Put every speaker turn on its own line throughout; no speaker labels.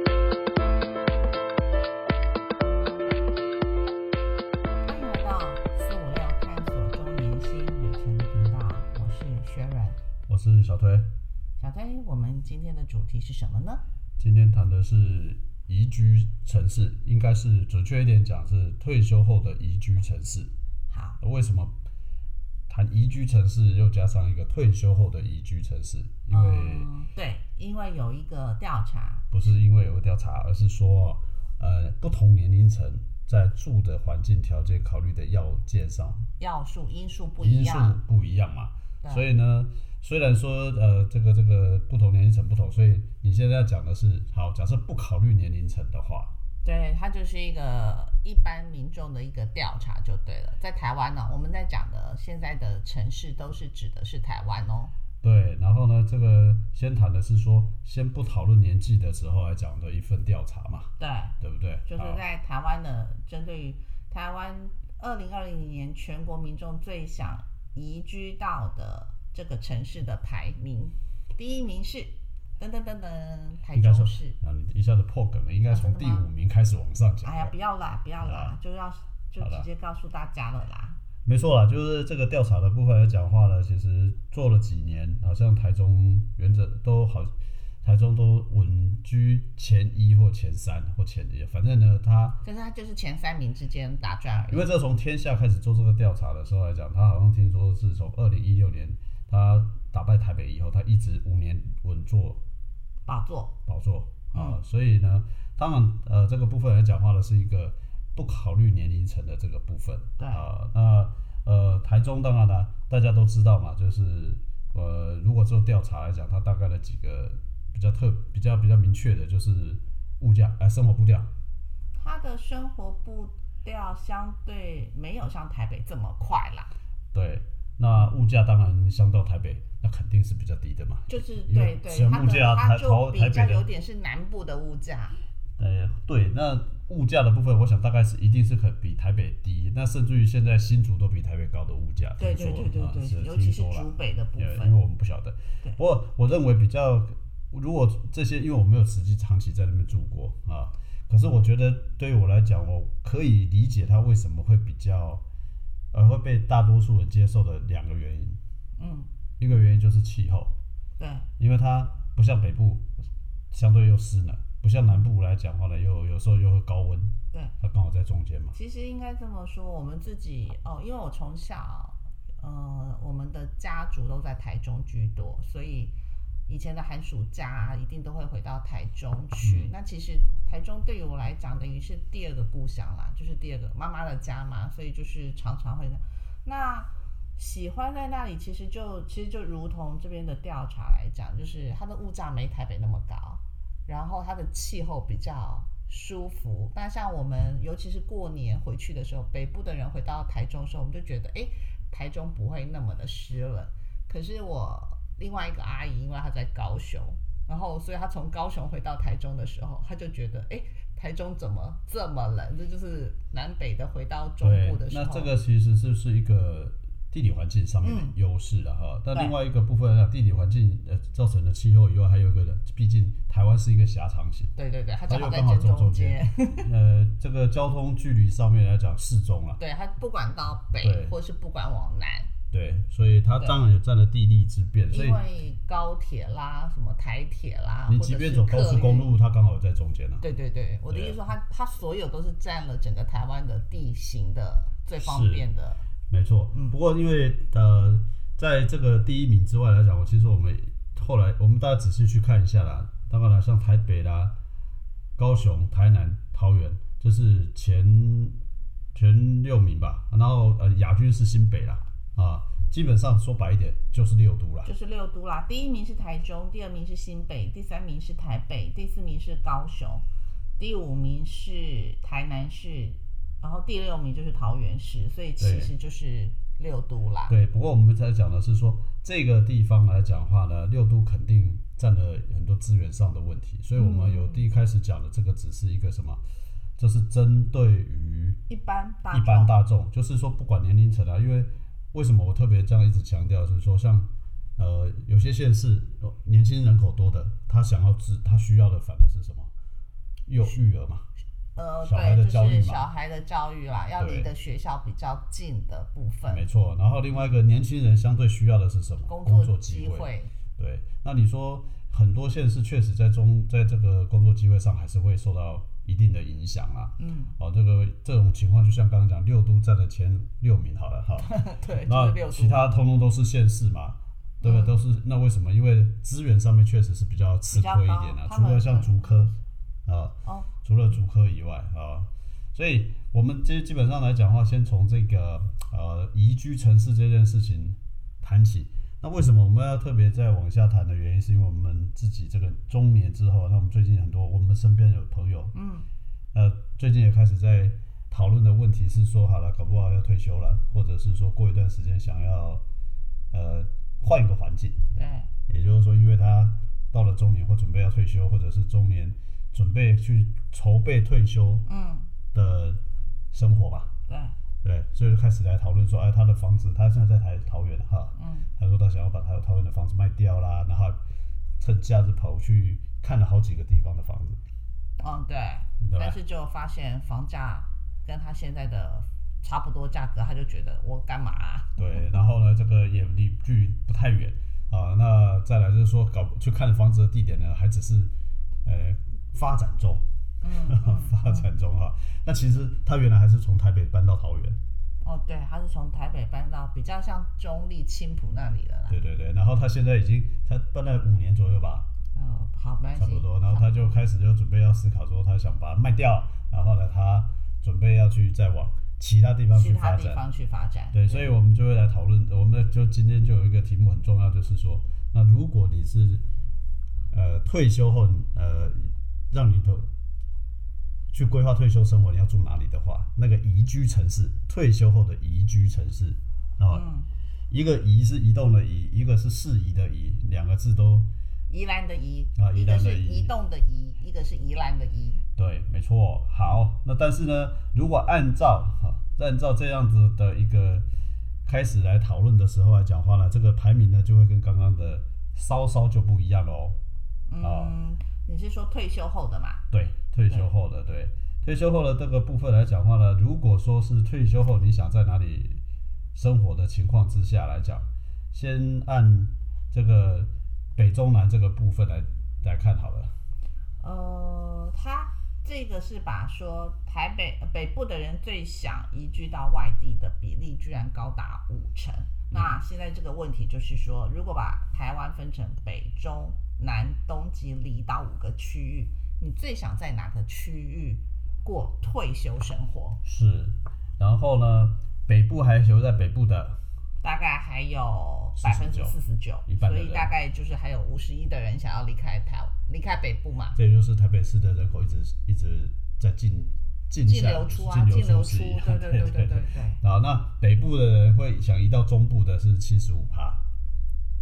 哎 Darren，
我是小推。
小推，我们今天的主题是什么呢？
今天谈的是宜居城市，应该是准确一点讲是退休后的宜居城市。
好，
为什么谈宜居城市又加上一个退休后的宜居城市？因为、
嗯对，因为有一个调查，
不是因为有个调查，而是说，呃，不同年龄层在住的环境条件考虑的要件上
要素因素不一
因素
样，
不一样嘛。
对
所以呢，虽然说呃，这个这个不同年龄层不同，所以你现在要讲的是，好，假设不考虑年龄层的话，
对，它就是一个一般民众的一个调查就对了。在台湾呢、我们在讲的现在的城市都是指的是台湾哦。
对，然后呢，这个先谈的是说，先不讨论年纪的时候来讲的一份调查嘛，
对，
对不对？啊
就是
好
在台湾的针对于台湾二零二零年全国民众最想移居到的这个城市的排名，第一名是噔噔噔噔台
应该
中
说
市。
啊，你一下子破梗了，应该从
啊
第
真的吗
五名开始往上讲。啊
哎呀，不要啦，不要啦，就要就
好啦
直接告诉大家了啦。
没错啦，就是这个调查的部分来讲话呢，其实做了几年，好像台中原则都好，台中都稳居前一或前三或前一，反正呢，它
可是他就是前三名之间打转而
因
已。
为这从天下开始做这个调查的时候来讲，它好像听说是从二零一六年它打败台北以后，它一直五年稳坐
宝座，
宝座啊、
嗯
所以呢，当然呃这个部分来讲话呢，是一个不考虑年龄层的这个部分
对
啊、那呃台中当然啦、大家都知道嘛，就是呃如果做调查来讲，它大概的几个比较特比较比较明确的就是物价呃生活步调，
他的生活步调相对没有像台北这么快啦，
对，那物价当然相较台北那肯定是比较低的嘛，
就是
因
对
为
对，
全
他
物
的
价
他
台
就
台
比
台
较
北
有
的
点是南部的物价，
呃，对，那物价的部分，我想大概是一定是可比台北低，那甚至于现在新竹都比台北高的物价，
对
听
对
说
对对
啊
对，
是
尤
听
其是
说
竹
了，
北的部
因为因为
分，
我们不晓得
对。
不过我认为比较，如果这些，因为我没有实际长期在那边住过啊，可是我觉得对于我来讲，我可以理解它为什么会比较，呃，会被大多数人接受的两个原因，
嗯，
一个原因就是气候，
对
因为它不像北部相对又湿冷，不像南部来讲话呢，又有时候又会高温，
对。
它刚好在中间嘛。
其实应该这么说，我们自己哦，因为我从小，呃，我们的家族都在台中居多，所以以前的寒暑假、啊、一定都会回到台中去。那其实台中对于我来讲，等于是第二个故乡啦，就是第二个妈妈的家嘛，所以就是常常会那那。喜欢在那里，其实就其实就如同这边的调查来讲，就是它的物价没台北那么高，然后它的气候比较舒服。那像我们，尤其是过年回去的时候，北部的人回到台中的时候，我们就觉得，诶，台中不会那么的湿冷。可是我另外一个阿姨，因为她在高雄，然后所以她从高雄回到台中的时候，她就觉得，诶，台中怎么这么冷？这就是南北的回到中
对
部的，时候。
那这个其实是是一个地理环境上面的
嗯
优势了哈。但
对
另外一个部分呢，地理环境呃造成的气候以外，还有一个呢，毕竟台湾是一个狭长型，
对对对，她正
它就
好在
刚好
正
走中
间
间。 呃，这个交通距离上面来讲适中了。
对她不管到北
对，
或是不管往南，
对，所以它当然有占了地利之便，所以
因为高铁啦、什么台铁啦，
你
或者
即便
是
走高
客
速
运
公，路，它刚好在中间啊了。
对对对，我的意思说它，它所有都是占了整个台湾的地形的最方
是
便的，
没错，不过因为呃，在这个第一名之外来讲，我其实我们后来我们大家仔细去看一下啦，当然啦，像台北啦、高雄、台南、桃园，这是前前六名吧，然后呃亚军是新北啦，啊，基本上说白一点就是六都啦，
就是六都啦。第一名是台中，第二名是新北，第三名是台北，第四名是高雄，第五名是台南市，然后第六名就是桃园市，所以其
对
实就是六都啦。
对，不过我们在讲的是说这个地方来讲的话呢，六都肯定占了很多资源上的问题，所以我们有第一开始讲的这个只是一个什么，这是针对于
一般大
一般
众
大众，就是说不管年龄层啊，因为为什么我特别这样一直强调，就是说像呃有些县市呃年轻人口多的，他想要知他需要的反而是什么？有育儿嘛，
呃，
小孩的
对，
教育
就是
嘛
小孩的教育啦，要离
对
的学校比较近的部分，
没错。然后另外一个年轻人相对需要的是什么？工作
作机
会。对，那你说很多县市确实在中在这个工作机会上还是会受到一定的影响啦。
嗯，
哦，这个这种情况就像刚刚讲，六都占了前六名好了哈，
对，就是
那
六嗯
其他通通都是县市嘛，对不对？都是那为什么？因为资源上面确实是比较吃亏
比
一点
较
啊
高，他
除
们
了像竹科啊，
哦，
除了竹科以外啊，所以我们这基本上来讲的话，先从这个呃宜居城市这件事情谈起。那为什么我们要特别再往下谈的原因，是因为我们自己这个中年之后，那我们最近很多我们身边有朋友，
嗯，
呃，最近也开始在讨论的问题是说，好了，搞不好要退休了，或者是说过一段时间想要呃换一个环境，
对，
也就是说，因为他到了中年或准备要退休，或者是中年准备去筹备退休
嗯，
的生活吧。
对，
对，所以就开始来讨论说，哎，他的房子，他现在在台桃园哈，
嗯，
他说他想要把他桃园的房子卖掉啦，然后趁假日跑去看了好几个地方的房子，
哦，对，
对吧
但是就发现房价跟他现在的差不多价格，他就觉得我干嘛啊、
对，然后呢，这个也离距不太远啊。那再来就是说搞，去看房子的地点呢，还只是呃发展中， 嗯发展中哈。那其实他原来还是从台北搬到桃园，
哦，对，他是从台北搬到比较像中立青浦那里了啦。
对对对。然后他现在已经他搬了五年左右吧，
嗯，好，没关系。
差不多。然后他就开始就准备要思考说，他想把它卖掉，然后呢，他准备要去再往其他地方
其
去
他
发
地
展。
方去发展。
对，所以我们就会来讨论，我们就今天就有一个题目很重要，就是说，那如果你是呃退休后，呃，让你的去规划退休生活，你要住哪里的话，那个宜居城市，退休后的宜居城市啊，
嗯，
一个宜是移动的宜，一个是适宜的宜，两个字都
宜兰的宜，
啊宜
一个
兰的
是
宜
移动的移，一个是宜兰的宜。
对，没错。好，那但是呢，如果按照哈、按照这样子的一个开始来讨论的时候来讲话呢，这个排名呢就会跟刚刚的稍稍就不一样喽。
嗯，
哦
你是说退休后的嘛？
对，退休后的对，退休后的这个部分来讲话呢，如果说是退休后你想在哪里生活的情况之下来讲，先按这个北中南这个部分来来看好了。
呃，他这个是把说台北呃北部的人最想移居到外地的比例居然高达五成。那现在这个问题就是说，如果把台湾分成北中南东及离岛五个区域，你最想在哪个区域过退休生活？
是，然后呢，北部还留在北部的。
大概还有百分之
49%
四十九
一，半
所
的人
以大概就是还有五十一的人想要离开台离开北部嘛，
这也就是台北市的人口一直一直在进进
净
下
流出啊，
进
净流
是
出
一样，
对对对 对对
对。
对，
好，那北部的人会想移到中部的是七十五趴，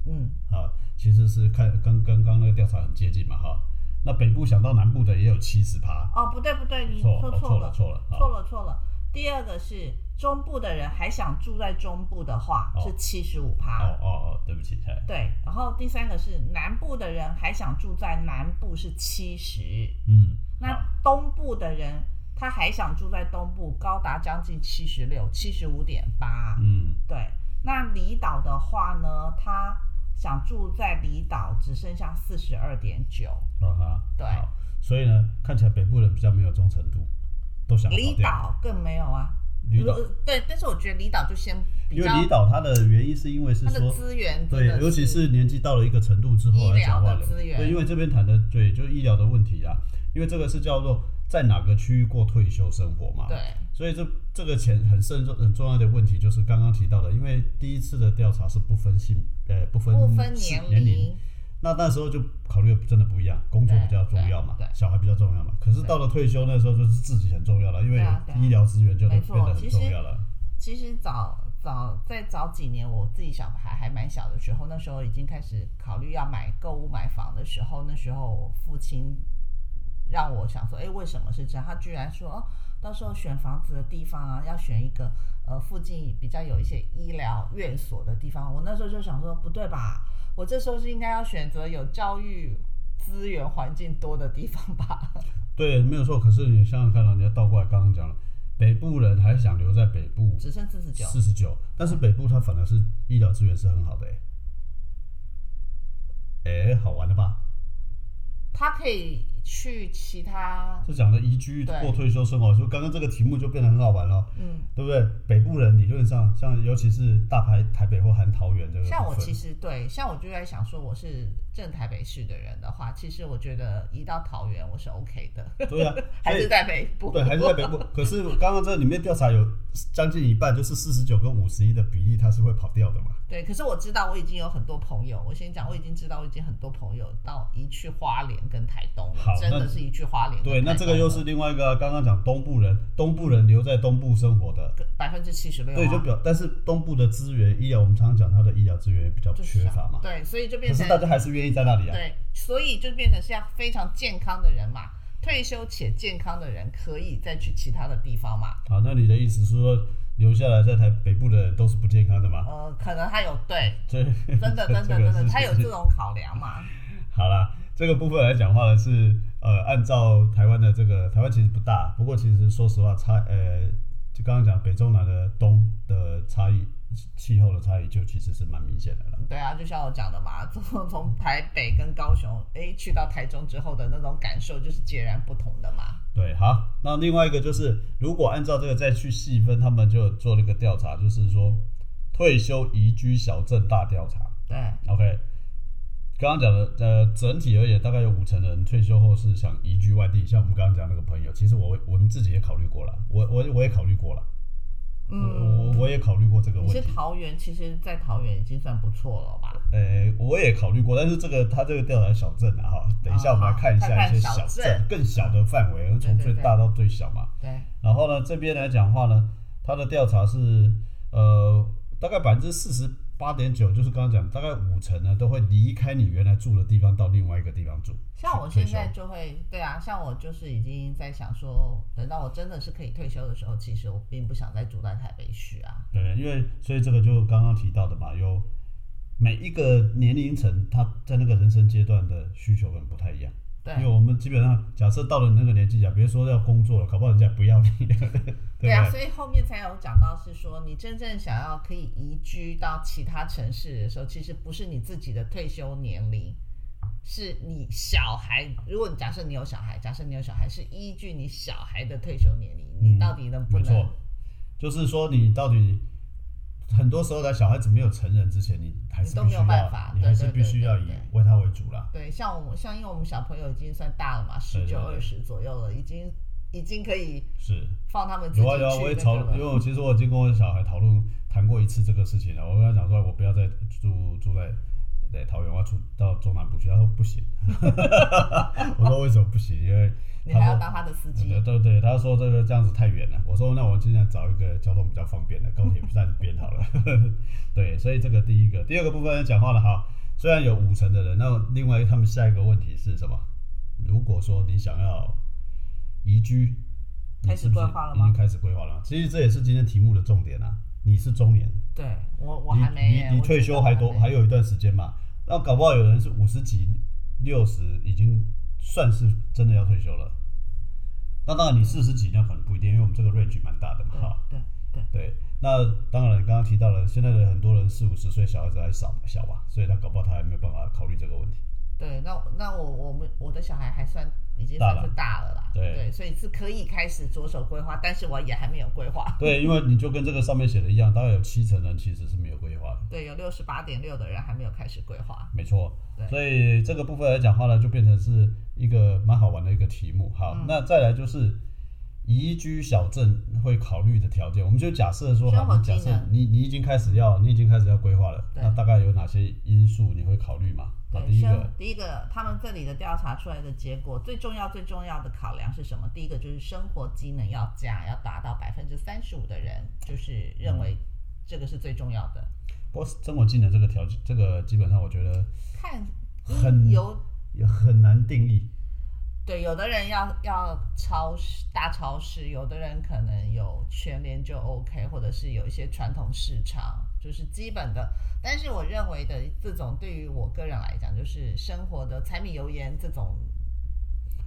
嗯，
好，其实是看跟跟刚刚那个调查很接近嘛，哈。那北部想到南部的也有七十趴，
哦不对不对，你
错
说
哦错
了
错了，
错
好
了错了，第二个是中部的人还想住在中部的话
哦
是七十五
哦
趴，
哦哦，对不起，哎，
对，然后第三个是南部的人还想住在南部是七十，
嗯，好
那东部的人他还想住在东部高达将近七十六七十五点八，
嗯
对，那离岛的话呢，他想住在离岛只剩下四十二点九，
好啊哈，
对
好，所以呢，看起来北部人比较没有忠诚度，都想跑
离
掉，
岛更没有啊。
离岛
如，对，但是我觉得离岛就先比
因为
较
离岛它的原因是因为是
它的
说
资源真
对
的，
尤其是年纪到了一个程度之后来讲话
医疗的资源
对，因为这边谈的对，就是医疗的问题啊，因为这个是叫做在哪个区域过退休生活嘛，，
对，
所以这这个前很慎重很重要的问题就是刚刚提到的，因为第一次的调查是不分性，呃，不分
不分
性
年
年龄，那那时候就考虑的真的不一样，工作
对
比较重要嘛
对对，
小孩比较重要嘛，可是到了退休那时候就是自己很重要了，因为
对啊对啊
医疗资源就
没
变
错
得很
其实
重要了，
其实早早在早几年，我自己小孩还蛮小的时候，那时候已经开始考虑要买购物买房的时候，那时候我父亲让我想说，哎，为什么是这样？他居然说，哦，到时候选房子的地方啊，要选一个呃附近比较有一些医疗院所的地方。我那时候就想说，不对吧？我这时候是应该要选择有教育资源环境多的地方吧？
对，没有错。可是你想想看啊，你要倒过来，刚刚讲了，北部人还想留在北部
只剩四十九，
四十九，但是北部它反而是医疗资源是很好的、欸，哎、好玩了吧？
他可以去其他，
就讲的宜居
对
过退休生活，就刚刚这个题目就变得很好玩了，
嗯，
对不对？北部人理论上，像尤其是大台台北或含桃园这个部分，
像我其实对，像我就在想说，我是正台北市的人的话，其实我觉得移到桃园我是 OK 的，
对啊，
还
所以
是在北部，
对，还是在北部。可是刚刚这里面调查有将近一半，就是四十九跟五十一的比例，它是会跑掉的嘛？
对，可是我知道我已经有很多朋友，我先讲，我已经知道我已经很多朋友到移去花莲跟台东
好
了，真
那
的是移去花莲跟
对，
台东了。
那这个又是另外一个啊、刚刚讲东部人，东部人留在东部生活的，
百分之七十六，啊
对，就表，但是东部的资源医疗，我们常常讲它的医疗资源也比较
就
缺
少
乏嘛，
对，所以就
可
变
是
成
大家还是愿意在那里啊。
对，所以就变成是要非常健康的人嘛，退休且健康的人可以再去其他的地方嘛。
好，那你的意思是说留下来在台北部的人都是不健康的吗？
呃，可能他有对，
这
真 的真的
这
真
个
的，
是
他有这种考量嘛？
好啦，这个部分来讲话呢是呃，按照台湾的这个台湾其实不大，不过其实说实话差呃，就刚刚讲北中南的东的差异，气候的差异就其实是蛮明显的啦。
对啊，就像我讲的嘛，从从台北跟高雄诶去到台中之后的那种感受就是截然不同的嘛。
对，好，那另外一个就是，如果按照这个再去细分，他们就有做了一个调查，就是说退休移居小镇大调查。
对，
OK，刚刚讲的，呃，整体而言，大概有五成的人退休后是想移居外地。像我们刚刚讲那个朋友，其实我我们自己也考虑过了，我我我也考虑过了，我
嗯
我，我也考虑过这个问
你是
题。
桃园，其实，在桃园已经算不错了吧？
呃，我也考虑过，但是这个他这个调查小镇啊，哈，等一下我们来看一下一些小
哦看看
镇
小
更小的范围，从最大到最小嘛。
对，
然后呢，这边来讲话呢，它的调查是呃，大概百分之四十八点九，就是刚刚讲，大概五成呢都会离开你原来住的地方到另外一个地方住。
像我现
退休
在就会，对啊，像我就是已经在想说，等到我真的是可以退休的时候，其实我并不想再住在台北市啊。
对，因为所以这个就刚刚提到的嘛，有每一个年龄层，他在那个人生阶段的需求可能不太一样。
对
因为，我们基本上假设到了那个年纪啊，别说要工作了，搞不好人家也不要你了，对不对？嗯
对啊，所以后面才有讲到是说，你真正想要可以移居到其他城市的时候，其实不是你自己的退休年龄，是你小孩。如果你假设你有小孩，假设你有小孩，是依据你小孩的退休年龄，
嗯
你到底能不
没
能？
错，就是说你到底很多时候在小孩子没有成人之前，你还是
你都
必须
没有办
要
法，
你
对
还是
对
必须
对
要
对
以
对
为他为主啦。
对，像我像因为我们小朋友已经算大了嘛，
对
十
对
九
对
二十左右了，已经已经可以
是，
放他们自己
有
去
啊有啊，
那
我也
个
讨，因为
了。
我其实我已经跟我的小孩讨论谈过一次这个事情了。啊我跟他讲说，我不要再住住在在桃园，我要住到中南部去。他说不行， 我说为什么不行？因为
你
他
还要
说
当他的司
对
机，
对对，他说这个这样子太远了。我说那我尽量找一个交通比较方便的高铁站边好了。 对，所以这个第一个，第二个部分讲话了好，虽然有五成的人，那另外他们下一个问题是什么？如果说你想要移居，你
开始
是不是
规划了
已经
吗
开始规划了吗？其实这也是今天题目的重点啊。你是中年，
对我我
离
还没耶，
离离
我觉
退
得
休
我
还多
没
还有一段时间嘛。那搞不好有人是五十几、六十，已经算是真的要退休了。那当然，你四十几那可能不一定，因为我们这个 range 蛮大的嘛。
对
哈，
对对，
对。那当然，刚刚提到了，现在的很多人四五十岁，小孩子还少嘛，小吧，所以他搞不好他还没有办法考虑这个问题。
对，那我那我我们我的小孩还算已经
大
算是
了
大了啦，
对
所以是可以开始着手规划，但是我也还没有规划。
对，因为你就跟这个上面写的一样，大概有七成人其实是没有规划的。
对，有六十八点六的人还没有开始规划。
没错，
对
所以这个部分来讲话呢，就变成是一个蛮好玩的一个题目。好，
嗯
那再来就是宜居小镇会考虑的条件，我们就假设说，
生活
好，你假
机
设
能
你你已经开始要，你已经开始要规划了，
对
那大概有哪些因素你会考虑嘛？好，
对，
第一
生
个，
第一个，他们这里的调查出来的结果，最重要最重要的考量是什么？第一个就是生活机能要加，要达到百分之三十五的人，就是
嗯
认为这个是最重要的。
不过生活技能这个条件，这个基本上我觉得
看
很
嗯有
也很难定义。
对，有的人要要超市大超市，有的人可能有全联就 OK，或者是有一些传统市场，就是基本的。但是我认为的这种对于我个人来讲，就是生活的柴米油盐这种，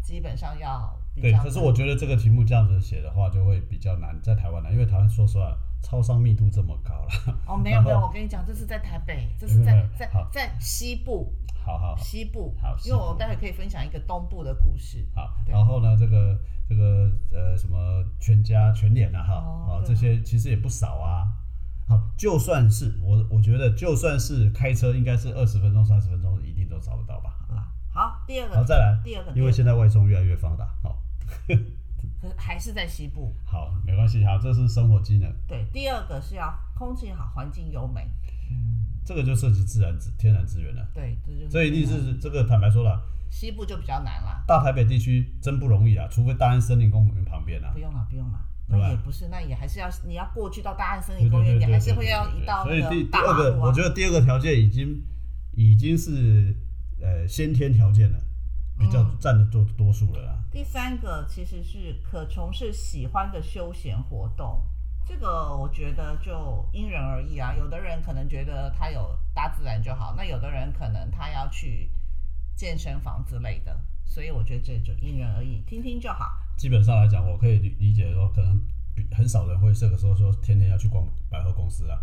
基本上要比
对，
较
可是我觉得这个题目这样子写的话，就会比较难，在台湾难，因为台湾说实话，超商密度这么高啦。
哦，没有没有，
嗯
我跟你讲，这是在台北，这是
没有
在
没有
在
嗯好
在西部
好好好
西部
好，西
因为我
部
待会可以分享一个东部的故事。
好，
对
然后呢，这个这个呃什么全家全脸啊哈，
哦
啊
对
这些其实也不少啊。好，就算是我我觉得就算是开车，应该是二十分钟、三十分钟一定都找得到吧。
好啦，好，第二
好，
个，
再来，
第二个，
因为
第
现在外送越来越发达，好，
二个可还是在西部。
好，没关系，好，这是生活技能，
对，第二个是要空气好，环境优美。
这个就涉及自然资天然资源了。
对，这就是
这一定是这个，坦白说了，
西部就比较难啦。
大台北地区真不容易啊，除非大安森林公园旁边啊
不。用了，不用了，
对吧
那也不是，那也还是要你要过去到大安森
对
林公
对
园，
对
你
对
还是
对
会
对
要
对
移
对
到
所以
那
第
个
第
大
二
马
个，
路
我
啊
觉。得第二个条件已经已经是呃先天条件了，比较
嗯
占的多多数了啦。
第三个其实是可从事喜欢的休闲活动，这个我觉得就因人而异啊。有的人可能觉得他有大自然就好，那有的人可能他要去健身房之类的，所以我觉得这就因人而异，听听就好。
基本上来讲，我可以理理解说，可能比很少人会这个时候说天天要去逛百货公司啊。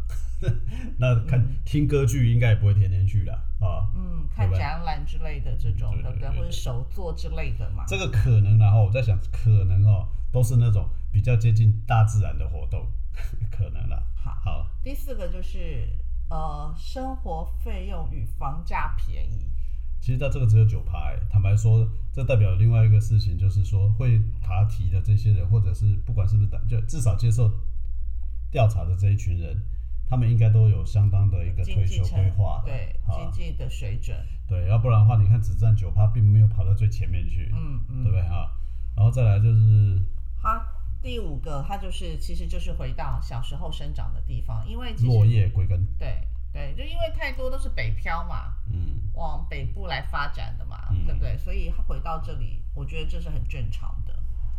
那看、听歌剧应该也不会天天去啦啊。
嗯，看
对吧
展览之类的这种，
对
对不对？
对对
或者手作之类的嘛。
这个可能然后我在想，可能哦都是那种比较接近大自然的活动， 可能啦。
好
好，
第四个就是呃，生活费用与房价便宜。
其实它这个只有九趴、欸，坦白说，这代表另外一个事情，就是说会答题的这些人，或者是不管是不是答，就至少接受调查的这一群人，他们应该都有相当的一个
经
退
济
休
成
规划，
对
好
经济的水准，
对，要不然的话，你看只占九趴，并没有跑到最前面去，
嗯嗯，
对不对啊？然后再来就是，
它第五个，它就是其实就是回到小时候生长的地方，因为其
落
实
叶归根，
对对，就因为太多都是北漂嘛，
嗯，
往北部来发展的嘛，
嗯
对不对？所以它回到这里，我觉得这是很正常的。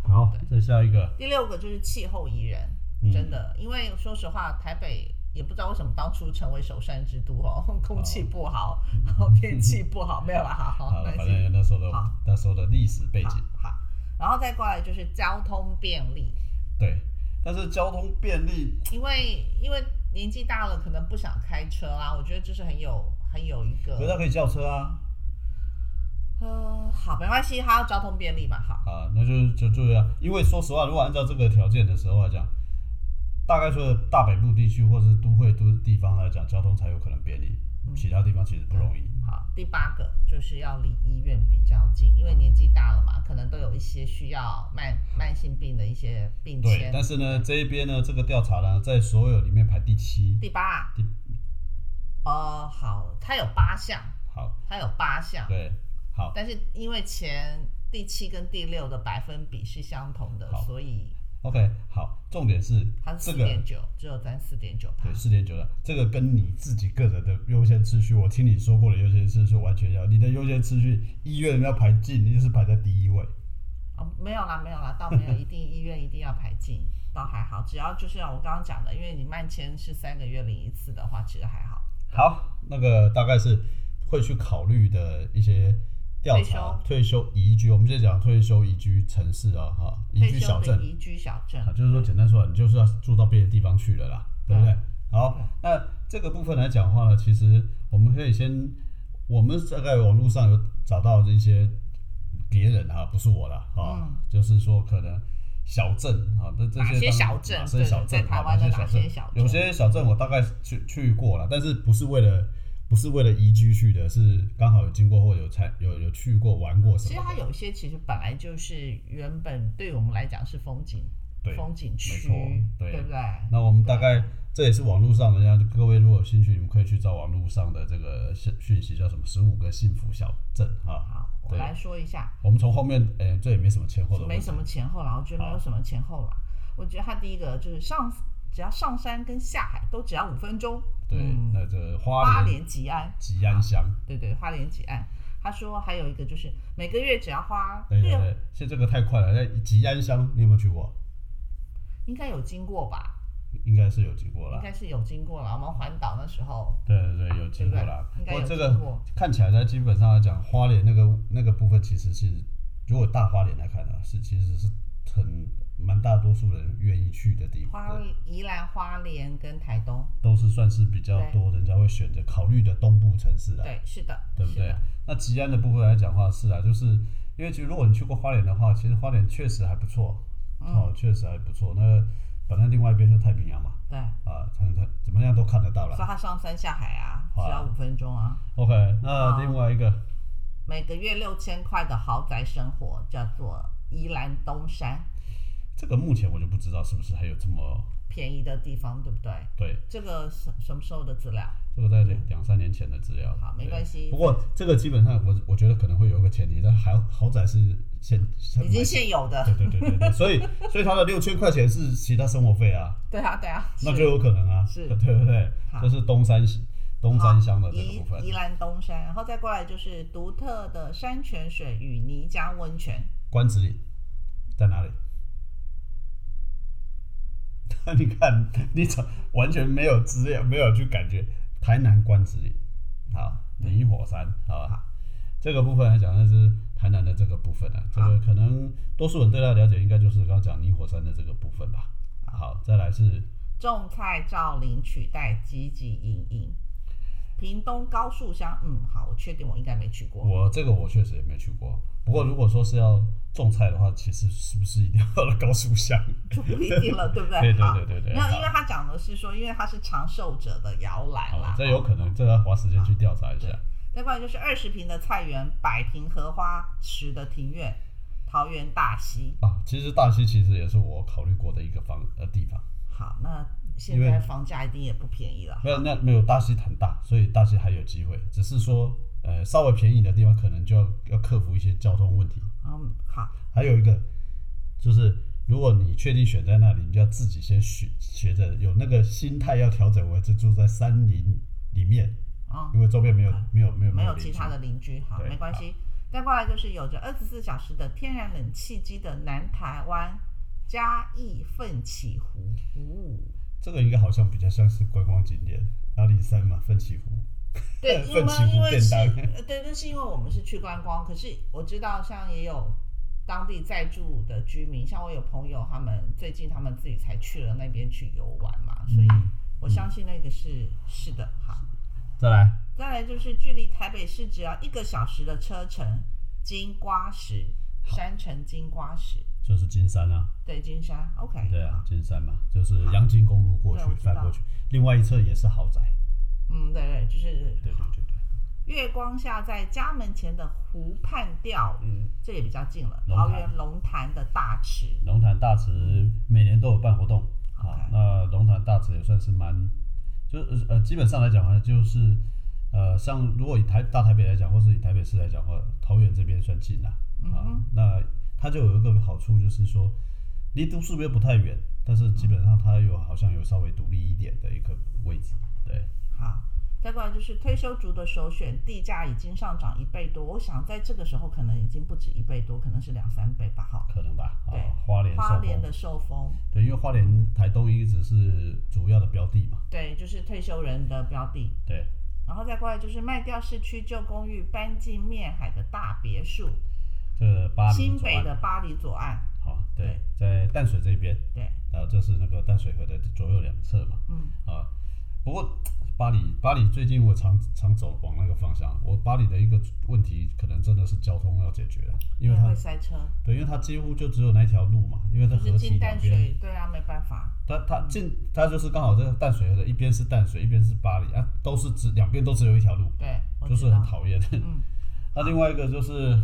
好，再下一个，
第六个就是气候宜人，
嗯
真的，因为说实话，台北也不知道为什么当初成为首善之都哦， 空气不好，然后天气不好，没有啦，好 好，
好，
没
反
关系
正那时候的
好
那时候的历史背景，
好，然后再过来就是交通便利，
对，但是交通便利
因为因为年纪大了，可能不想开车啦。我觉得这是很有很有一
可是它
个，
可以叫车啊。
呃，好，没关系，它要交通便利嘛，好，
啊，那就就就这样。因为说实话，如果按照这个条件的时候来讲，大概说的大北部地区或是都会都地方来讲，交通才有可能便利，
嗯
其他地方其实不容易。
好。第八个就是要离医院比较近，因为年纪大了嘛，可能都有一些需要慢慢性病的一些病
对，
签啊
但。是呢，这一边呢，这个调查呢，在所有里面排第七。
第八
第，
呃，好，它有八项，
好，
它有八项，
对，好，
但是因为前第七跟第六的百分比是相同的，
好
所以
OK，好，重点是
它是
这
四
个
点九，只有占四点九趴
对，。四点九的，这个跟你自己个人的优先次序，我听你说过的优先次序完全一样。你的优先次序，医院要排进，你是排在第一位。
哦，没有啦，没有啦，倒没有，一定医院一定要排进， 倒还好，只要就是像我刚刚讲的，因为你慢签是三个月领一次的话，其实还好。
好，那个大概是会去考虑的一些调查，退休宜居，我们先讲退休宜居城市啊，哈，宜
退
居
休
小
的
镇
宜居小镇
啊，，就是说简单说，你就是要住到别的地方去了啦，对不对？好
对，
那这个部分来讲的话呢，其实我们可以先，我们大概网络上有找到一些别人哈、啊，不是我啦，啊，
嗯
就是说可能。小镇啊，那这
哪些
当
小镇
哪
对
些
对
小镇
在台
啊
湾的
哪
哪
些
些
小
小
镇？有
镇
些小镇我大概去去过了，但是不是为了不是为了宜居去的，是刚好有经过或有参有有去过玩过什
其
么的。
实它有一些其实本来就是原本对我们来讲是风景
对，
风景区
没错，对
对不对？
那我们大概这也是网络上的，人家各位如果有兴趣，你们可以去找网络上的这个讯讯息，叫什么十五个幸福小镇哈。
好，我
对
来说一下，
我们从后面，诶、这也没什么前后的问题，
没什么前后啦，我觉得没有
好
什么前后啦。我觉得它第一个就是上，只要上山跟下海都只要五分钟，
对，
嗯
那这
花
花莲
莲吉安。
吉安乡，
对对，花莲几案。他说还有一个就是每个月只要花
对对
六，
对，现在这个太快了。那吉安乡你有没有去过？
应该有经过吧？
应该是有经过
应
啦。
该是有经过了。我们环岛那时候，
对对对，有经过啦
对不对应。该
我
有
这
经
个
过
看起来呢，基本上来讲，花莲那个那个部分其实是如果大花莲来看呢、是其实是很蛮大多数人愿意去的地
花
方，
宜兰花莲跟台东，
都是算是比较多人家会选择考虑的东部城市啊。
对，是的，
对不
是
对
的？
那吉安的部分来讲的话，是啊，就是因为其实如果你去过花莲的话，其实花莲确实还不错，
嗯
哦，确实还不错。那反正另外一边就太平洋嘛，
对，
啊，它它怎么样都看得到
所以
了。
它上山下海啊，
好啊
只要五分钟啊。
OK，那另外一个，
每个月六千块的豪宅生活，叫做宜兰东山，
这个目前我就不知道是不是还有这么
便宜的地方，对不对？
对，
这个什什么时候的资料？
这个在两两三年前的资料。
好没
对
关系
不过这个基本上我我觉得可能会有一个前提，但豪豪宅是现
已经现有的。
对对对对对，所 以所以他的六千块钱是其他生活费啊。
对啊，对啊，
那
是
就有可能啊，
是
对不对？
好
这是东山东山乡的这个
宜
部分
宜，兰东山，然后再过来就是独特的山泉水与泥浆温泉，
关子岭在哪里？ 你看，你怎完全没有资料，没有去感觉台南关子岭，好，泥火山，好吧？这个部分来讲，那是台南的这个部分啊，这个可能多数人对它了解，应该就是刚刚讲泥火山的这个部分吧。好，再来是
种菜照林取代汲汲营营。屏东高树乡，嗯，好，我确定我应该没去过。
我这个我确实也没去过，不过如果说是要种菜的话，其实是不是一定要到了高速乡？
就不一定了，对不对？
对对
好
对对对
没有，
好
因为他讲的是说，因为它是长寿者的摇篮
哦
啦，，
这有可能，这要花时间去调查一下
对。再过来就是二十平的菜园，百平荷花池的庭院，桃园大溪。
啊，其实大溪其实也是我考虑过的一个方呃地方，
好，那现
因
在
为
房价一定也不便宜了。
没有那没有大溪很大，所以大溪还有机会，只是说呃稍微便宜的地方可能就要要克服一些交通问题。
嗯，好，
还有一个就是，如果你确定选在那里，你就要自己先学学着有那个心态要调整为是住在山林里面，
嗯，
因为周边没有没有没有
没有
邻
其
居
他的邻居，好，
对
没关系。再过来就是有着二十四小时的天然冷气机的南台湾嘉义奋起湖。呜
这个应该好像比较像是观光景点，阿里山嘛，奋起湖。
对，因为
奋起湖
因为
便
是，
当
呃对，那是因为我们是去观光，可是我知道像也有当地在住的居民，像我有朋友，他们最近他们自己才去了那边去游玩嘛，所以
嗯
我相信那个是、是的。好，
再来，
再来就是距离台北市只要一个小时的车程，金瓜石山城金瓜石，
就是金山啊，
对，金山，OK，
对啊，金山嘛，就是阳金公路过去
对我知道
翻过去，另外一侧也是豪宅。
嗯，对对，就是
对对对对，
月光下，在家门前的湖畔钓鱼，
嗯
这也比较近了。
龙
桃
潭
园龙潭的大池，
龙潭大池每年都有办活动
OK
啊，那龙潭大池也算是蛮，就是呃基本上来讲呢，就是呃像如果以台大台北来讲，或是以台北市来讲的话，桃园这边算近啦、
嗯
啊
哼，
那它就有一个好处，就是说离都市边不太远，但是基本上它有好像有稍微独立一点的一个位置。对，
好，再过来就是退休族的首选，地价已经上涨一倍多，我想在这个时候可能已经不止一倍多，可能是两三倍吧。哈，
可能吧。啊
对，
花莲
花
寿
莲
丰，
的受风，
对，因为花莲台东一直是主要的标的嘛。
对，就是退休人的标的。
对，
然后再过来就是卖掉市区旧公寓，搬进面海的大别墅，
这个巴黎
新
左
北
岸，
的巴黎左岸，
好、对，在淡水这边，
对，
然后这是那个淡水河的左右两侧嘛。
嗯，
啊，不过巴黎，巴黎最近我常常走往那个方向。我巴黎的一个问题，可能真的是交通要解决了，因为它
嗯会塞车，
对，因为它几乎就只有那一条路嘛，因为它
就是
河
进
堤两
淡
边，
水，对啊，没办法。
它它进它就是刚好在淡水河的一边是淡水，一边是巴黎啊，都是只两边都只有一条路，
对，我
就
知
是
道
很讨厌。
嗯，
那另外一个就是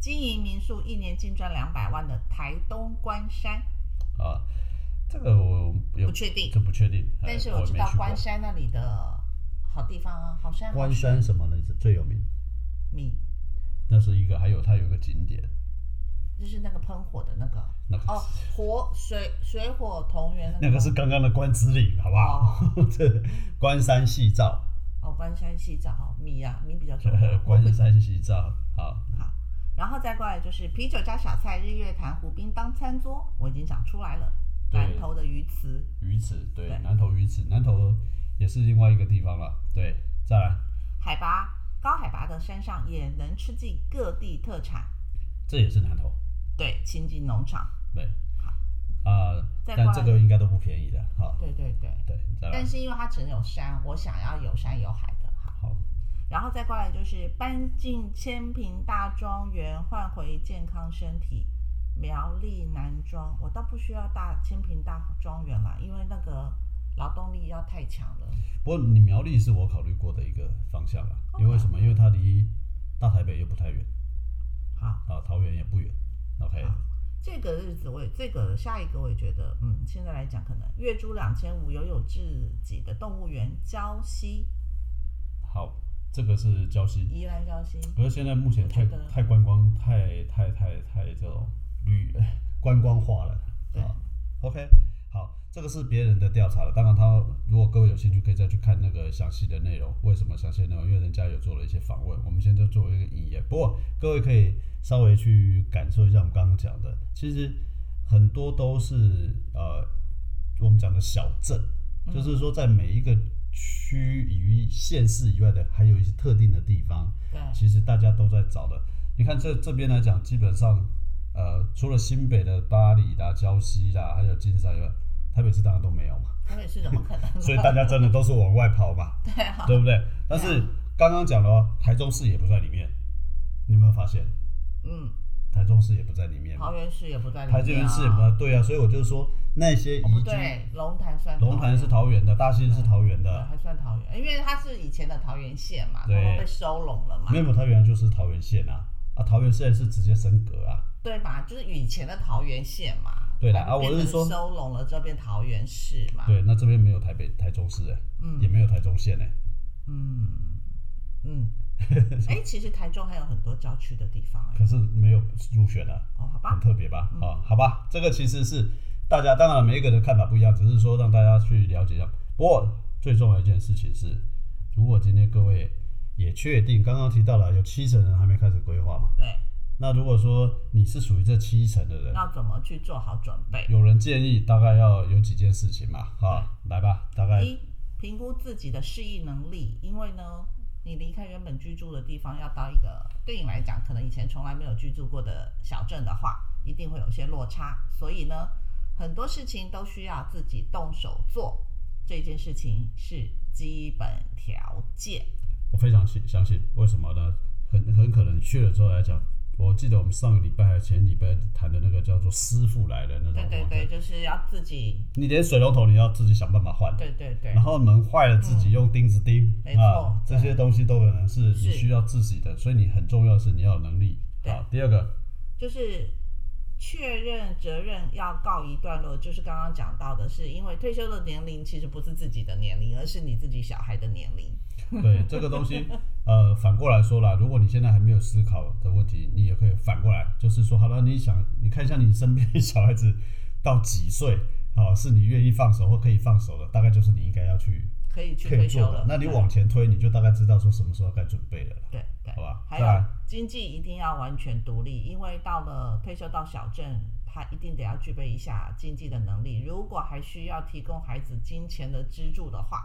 经营民宿一年净赚两百万的台东关山，
啊，这个我也
不确定，
哎这不确定，哎
但是
我
我
也
知
没
道
去过
关山那里的好地方啊，好山好
关山什么的是最有名，
米，
那是一个，还有它有一个景点，
就是那个喷火的那个
那个
哦，火水水火同源那个
那个是刚刚的关之岭，好不好？ 这关山 夕照，
哦，关山西照哦，米啊，米比较重要。
关山夕照，好，
然后再过来就是啤酒加小菜，日月潭湖滨当餐桌，我已经讲出来了。
对
南投的鱼池，
鱼池，对
对，
南投鱼池，南投也是另外一个地方了，对，再来，
海拔高海拔的山上也能吃尽各地特产。
这也是南投，
对，亲近农场，
对，啊、
再
但
过
这
来
个应该都不便宜的，哈，
对对对。
对，再来
但，是因为它只能有山，我想要有山有海的哈。
好，
然后再过来就是搬进千平大庄园，换回健康身体。苗栗南庄，我倒不需要大千平大庄园啦，因为那个劳动力要太强了。
不过你苗栗是我考虑过的一个方向啦，因为什
哦
么？因为它离大台北又不太远，
好，
啊，桃园也不远，OK，
好这个日子我也这个下一个我也觉得，嗯，现在来讲可能月租两千五，拥有自己的动物园，礁溪，
好，这个是礁溪，
宜兰礁溪，
可是现在目前太
我觉得
太观光，太太太太这种旅 观光化了。
对
啊，OK，好，这个是别人的调查了。当然他，如果各位有兴趣，可以再去看那个详细的内容。为什么详细的内容？因为人家有做了一些访问，我们现在就作为一个引言。不过各位可以稍微去感受一下我们刚刚讲的，其实很多都是呃我们讲的小镇，就是说在每一个区域、县市以外的，还有一些特定的地方。
对，
其实大家都在找的。你看这这边来讲，基本上，呃，除了新北的巴黎啦、礁溪啦，还有金山以外，台北市当然都没有 嘛，
台北市怎么可能？
所以大家真的都是往外跑嘛，
对啊，
对不对？但是刚刚讲了哦，台中市也不在里面，你有没有发现？
嗯，
台中市也不在里面嘛，
桃园市也不在里面、
台
啊，
中市也不在，对啊，所以我就说那些
哦不
移居，
对，龙潭算
龙潭是
桃
桃园的，大溪是桃园
园，对，
的，
还算桃园，因为它是以前的桃园县嘛，
对
然后被收拢了嘛
没，有桃园就是桃园县啊，啊，桃园县是直接升格啊，
对吧？就是以前的桃园县嘛，
对啦
它就
啊我是
变成
说
收拢了这边桃园市嘛，
对，那这边没有台北、台中市哎、
嗯
也没有台中县哎、
嗯 嗯，哎、其实台中还有很多郊区的地方、哎，
可是没有入选啊，
哦，好吧
很，特别吧？啊、好吧，这个其实是大家当然每一个人看法不一样，只是说让大家去了解一下。不过最重要的一件事情是，如果今天各位也确定，刚刚提到了有七成人还没开始规划嘛，
对，
那如果说你是属于这七成的人，
要怎么去做好准备？
有人建议大概要有几件事情嘛，啊，来吧，大概
一，评估自己的适应能力，因为呢，你离开原本居住的地方，要到一个对你来讲可能以前从来没有居住过的小镇的话，一定会有些落差。所以呢，很多事情都需要自己动手做，这件事情是基本条件。
我非常信相信，为什么呢？很很可能去了之后来讲，我记得我们上个礼拜还是前礼拜谈的那个叫做“师傅来了”那种
对对
网站
对，就是要自己，
你连水龙头你要自己想办法换，
对对对
然，后门坏了自己用钉子钉，
没错
啊，这
对
些东西都可能是你
是
需要自己的，所以你很重要的是你要有能力。
对
好，第二个，
就是确认责任要告一段落，就是刚刚讲到的是，因为退休的年龄其实不是自己的年龄，而是你自己小孩的年龄。
对这个东西，呃，反过来说啦，如果你现在还没有思考的问题，你也可以反过来，就是说，好了，你想，你看一下你身边小孩子到几岁，好，是你愿意放手或可以放手的，大概就是你应该要去
可以去
可
退
以
休
做
了
的。。那你
对
往前推，你就大概知道说什么时候该准备了啦，
对对，
好吧？
还
再来
有。经济一定要完全独立，因为到了退休到小镇，他一定得要具备一下经济的能力。如果还需要提供孩子金钱的支柱的话，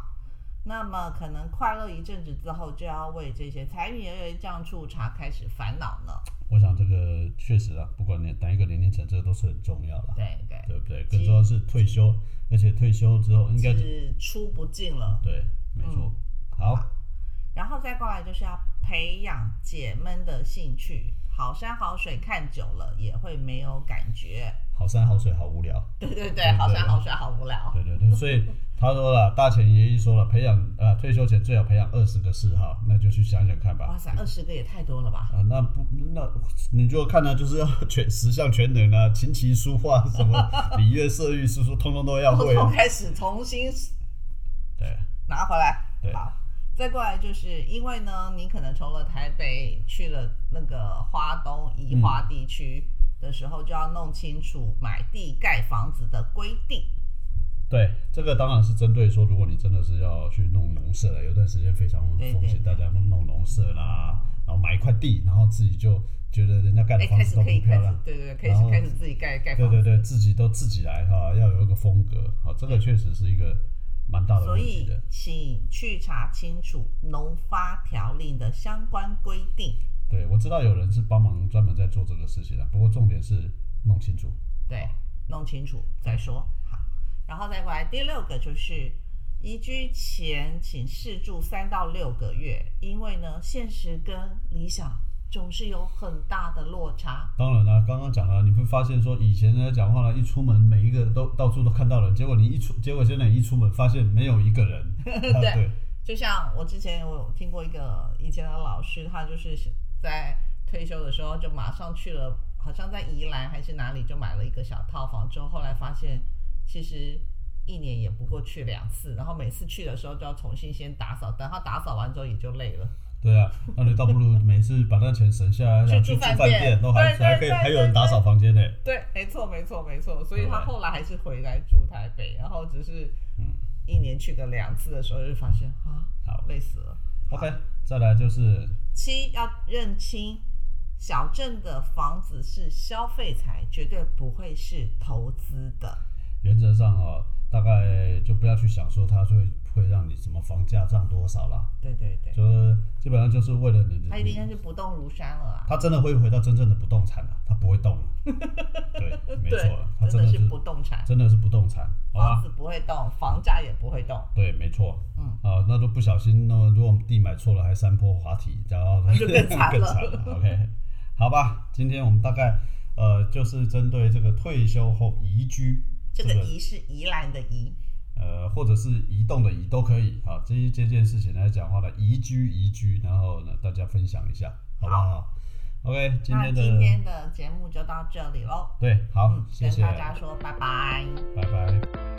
那么可能快乐一阵子之后，就要为这些柴米油盐酱醋茶开始烦恼呢。
我想这个确实啊，不管你哪一个年龄层，这个都是很重要的，
对对，
对不对？
其
更重要的是退休，而且退休之后应该
是嗯出不进了。
对，没错。好，
然后再过来就是要培养解闷的兴趣，好山好水看久了也会没有感觉。
好山好水好无聊，
对对
对
对
对，
好山好水好无聊。
对对对，所以他说了，大前爷爷说了，培养呃退休前最好培养二十个嗜好，那就去想想看吧
哇。塞，二十个也太多了 吧？
啊，那不那你就看呢、就是要全十项全能啊，琴棋书画什么礼乐射御书书，通通都要
从
会 啊、
头开始重新
对
拿回来。
对
好，再过来就是因为呢，你可能从了台北去了那个花东宜花地区的时候，就要弄清楚买地盖房子的规定。
对，这个当然是针对说，如果你真的是要去弄农舍了，有段时间非常
对
风险，
对
大家弄农舍啦，然后买一块地，然后自己就觉得人家盖的
哎，
房
开
子
始
都
可以
很
开
漂
始
亮，，
对对对，开
然后
始开始自己盖盖
对
房
对
子。
对，自己都自己来哈，要有一个风格，好，这个确实是一个蛮大的
所
问题
以
的。，
请去查清楚农发条例的相关规定。
对我知道有人是帮忙专门在做这个事情的，不过重点是弄清楚。
对，弄清楚再说。好，然后再过来第六个就是移居前请试住三到六个月，因为呢，现实跟理想总是有很大的落差。
当然啦、刚刚讲了，你会发现说以前呢讲话呢，一出门每一个都到处都看到人，结果你一出，结果现在你一出门发现没有一个 人。啊、
对
对，
就像我之前我有听过一个以前的老师，他就是在退休的时候就马上去了，好像在宜兰还是哪里就买了一个小套房，之后后来发现其实一年也不过去两次，然后每次去的时候就要重新先打扫，等他打扫完之后也就累了。
对啊，那你倒不如每次把那钱省下来，
去
想
住
去住
饭
饭
店
店，都还
对对
还可以，
对
还有人打扫房间呢。
对，没错，没错，没错。所以他
对
后来还是回来住台北，然后只是一年去个两次的时候，就发现啊，
好
累死了。
，OK，再来就是
七要认清，小镇的房子是消费财，绝对不会是投资的。
原则上哦，大概就不要去想说它会会让你什么房价涨多少啦，
对对对，
就是基本上就是为了你的
他一定是不动如山了啊。
它真的会回到真正的不动产了、啊它不会 动了。对，没
对
错，啊它，
真
的
是不动产，
真的是不动产，好
房
啊吧？
子不会动，房价也不会动，
对，没错。
嗯
啊，那都不小心，那如果我们地买错了，还山坡滑梯，然后
那就更 惨了
OK，好吧，今天我们大概呃，就是针对这个退休后移居
这个宜是宜兰的宜。
呃，或者是移动的移都可以啊。这一这件事情来讲话呢，移居移居，然后呢，大家分享一下，好不好 o k 今
那
天的
今天的节目就到这里喽，
对，好，
嗯，
谢
跟
谢，
大家说拜拜。
拜拜。